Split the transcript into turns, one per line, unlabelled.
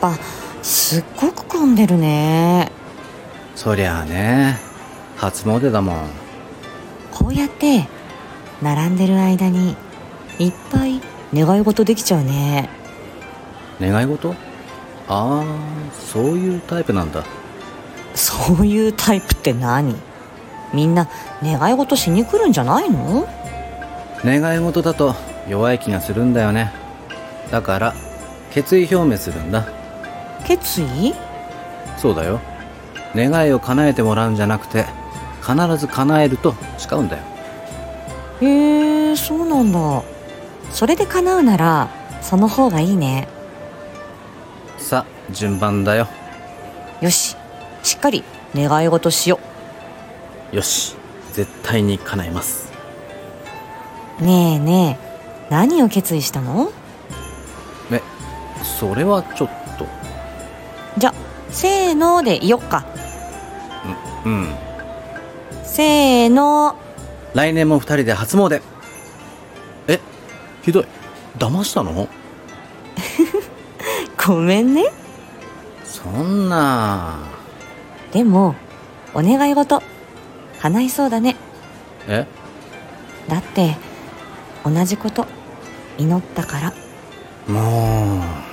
ぱすっごく混んでるね
そりゃあね初詣だもん
こうやって並んでる間にいっぱい願い事できちゃうね
願い事ああそういうタイプなんだ
そういうタイプって何みんな願い事しに来るんじゃないの
願い事だと弱い気がするんだよねだから決意表明するんだ
決意
そうだよ願いを叶えてもらうんじゃなくて必ず叶えると誓うんだよ
へえそうなんだそれで叶うならその方がいいね
さあ順番だよ
よししっかり願い事しよ
よし絶対に叶えます
うねえねえ何を決意したの
えそれはちょっと
じゃせーのでいよっか
うん
せーの
来年も二人で初詣えひどい騙したの
ごめんね
そんな
でもお願い事叶いそうだね
え
だって同じこと祈ったから
もう